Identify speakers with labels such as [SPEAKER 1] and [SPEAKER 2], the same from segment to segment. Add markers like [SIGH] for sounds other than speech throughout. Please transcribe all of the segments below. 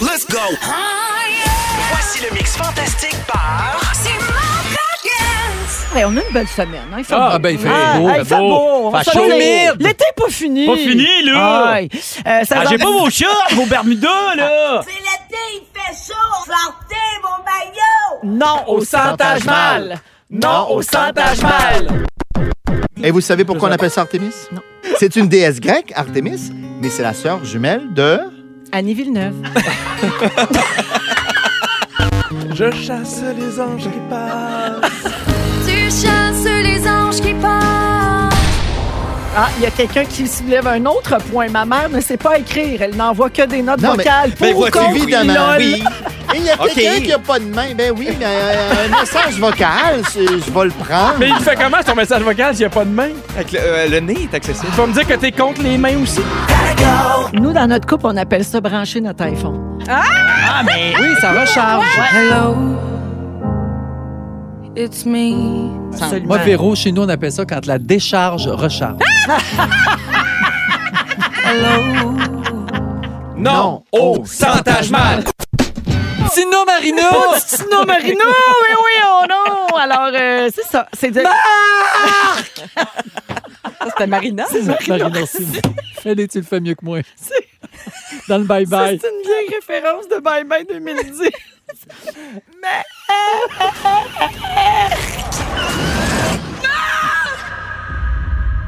[SPEAKER 1] Let's go!
[SPEAKER 2] Voici le mix fantastique par...
[SPEAKER 3] Hey, Eh, on a une belle semaine. hein. Il fait
[SPEAKER 4] Ah,
[SPEAKER 3] beau.
[SPEAKER 4] ben, il fait
[SPEAKER 3] Ah,
[SPEAKER 4] beau,
[SPEAKER 3] hey,
[SPEAKER 4] fait
[SPEAKER 3] il fait
[SPEAKER 5] beau.
[SPEAKER 3] beau. On va
[SPEAKER 4] Fait
[SPEAKER 3] se
[SPEAKER 4] chaud.
[SPEAKER 3] lever.
[SPEAKER 4] Humide.
[SPEAKER 3] L'été est pas fini.
[SPEAKER 5] Pas fini, là.
[SPEAKER 3] Aïe. Euh, ça
[SPEAKER 5] Ah,
[SPEAKER 3] va-
[SPEAKER 5] j'ai pas vos chats, vos Bermudas, là!
[SPEAKER 6] C'est l'été, il fait chaud! Sortez mon maillot!
[SPEAKER 3] Non au santage mal. Non au santage mal.
[SPEAKER 4] Et vous savez pourquoi on appelle ça Artemis?
[SPEAKER 3] Non.
[SPEAKER 4] C'est une déesse grecque, Artemis, mais c'est la sœur jumelle de.
[SPEAKER 3] Annie Villeneuve.
[SPEAKER 7] Je chasse les anges qui passent.
[SPEAKER 8] Tu chasses les anges qui passent.
[SPEAKER 3] Ah, il y a quelqu'un qui soulève un autre point. Ma mère ne sait pas écrire. Elle n'envoie que des notes
[SPEAKER 4] Non, mais-
[SPEAKER 3] vocales
[SPEAKER 1] Ben,
[SPEAKER 3] pour
[SPEAKER 1] vois-tu,
[SPEAKER 3] qu'on
[SPEAKER 4] évidemment,
[SPEAKER 3] lol.
[SPEAKER 1] Oui.
[SPEAKER 4] Il y a
[SPEAKER 1] Ok.
[SPEAKER 4] quelqu'un qui a pas de main. Ben oui, mais euh, un message vocal, c'est- je vais le prendre.
[SPEAKER 5] Mais il fait comment ton message vocal s'il n'y a pas de main?
[SPEAKER 1] Avec le, euh, le nez est accessible.
[SPEAKER 5] Tu vas me dire que t'es contre les mains aussi?
[SPEAKER 3] Nous, dans notre couple, on appelle ça brancher notre iPhone.
[SPEAKER 5] Ah, mais.
[SPEAKER 3] Oui, ça recharge.
[SPEAKER 8] Hello, it's me.
[SPEAKER 3] Absolument.
[SPEAKER 9] Moi, Véro, chez nous, on appelle ça quand la décharge
[SPEAKER 3] [LAUGHS]
[SPEAKER 9] recharge.
[SPEAKER 8] Hello,
[SPEAKER 4] Non.
[SPEAKER 5] Oh, santage mal!
[SPEAKER 9] Tino Marino!
[SPEAKER 3] Sino Marino, oui, oui, oh non! Alors, euh, c'est ça. C'est de... Ça, C'était Marina. C'est
[SPEAKER 5] [LAUGHS]
[SPEAKER 9] Marino, Sino. Fais-les, tu le fais mieux que moi. Dans le
[SPEAKER 3] Ça,
[SPEAKER 9] bye-bye.
[SPEAKER 3] C'est une vieille référence de Bye Bye 2010.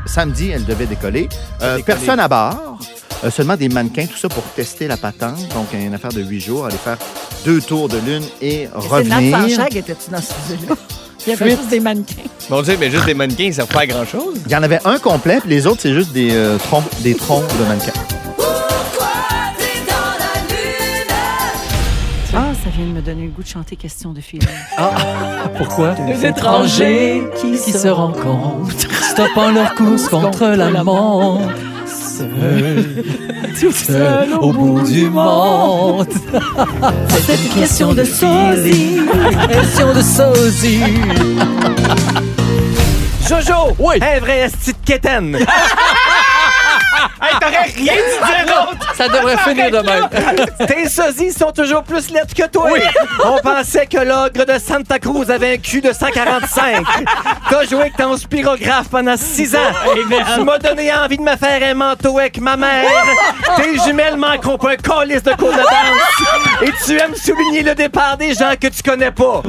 [SPEAKER 4] Samedi, elle devait décoller. Euh, personne à bord. Euh, seulement des mannequins, tout ça pour tester la patente. Donc, une affaire de huit jours, aller faire deux tours de lune et
[SPEAKER 3] Nat
[SPEAKER 4] revenir.
[SPEAKER 3] Fanchag était-tu dans ce sujet-là? Il y avait juste des mannequins.
[SPEAKER 1] Mon Dieu, mais juste des mannequins, ils servent pas à grand-chose.
[SPEAKER 4] Il y en avait un complet, puis les autres, c'est juste des, euh, troncs, des troncs de mannequins.
[SPEAKER 3] Ah, ça vient de me donner le goût de chanter Question de film.
[SPEAKER 9] Pourquoi?
[SPEAKER 3] Deux étrangers qui
[SPEAKER 9] qui
[SPEAKER 3] se
[SPEAKER 9] se rencontrent, stoppant leur course contre la montre. Seul,
[SPEAKER 3] Tout
[SPEAKER 9] seul au bout du monde.
[SPEAKER 3] C'est une question de sosie.
[SPEAKER 9] Question de sosie.
[SPEAKER 5] Jojo!
[SPEAKER 9] Oui.
[SPEAKER 5] Un vrai esti de quétaine! hey, t'aurais rien dit d'autre!
[SPEAKER 9] Ça devrait finir de même.
[SPEAKER 5] Tes sosies sont toujours plus lettres que toi! On pensait que l'ogre de Santa Cruz avait un cul de 145. T'as joué avec ton spirographe pendant 6 ans. tu m'as donné envie de me faire un manteau avec ma mère. Tes jumelles manqueront pas un colis de cours de danse. Et tu aimes souligner le départ des gens que tu connais pas.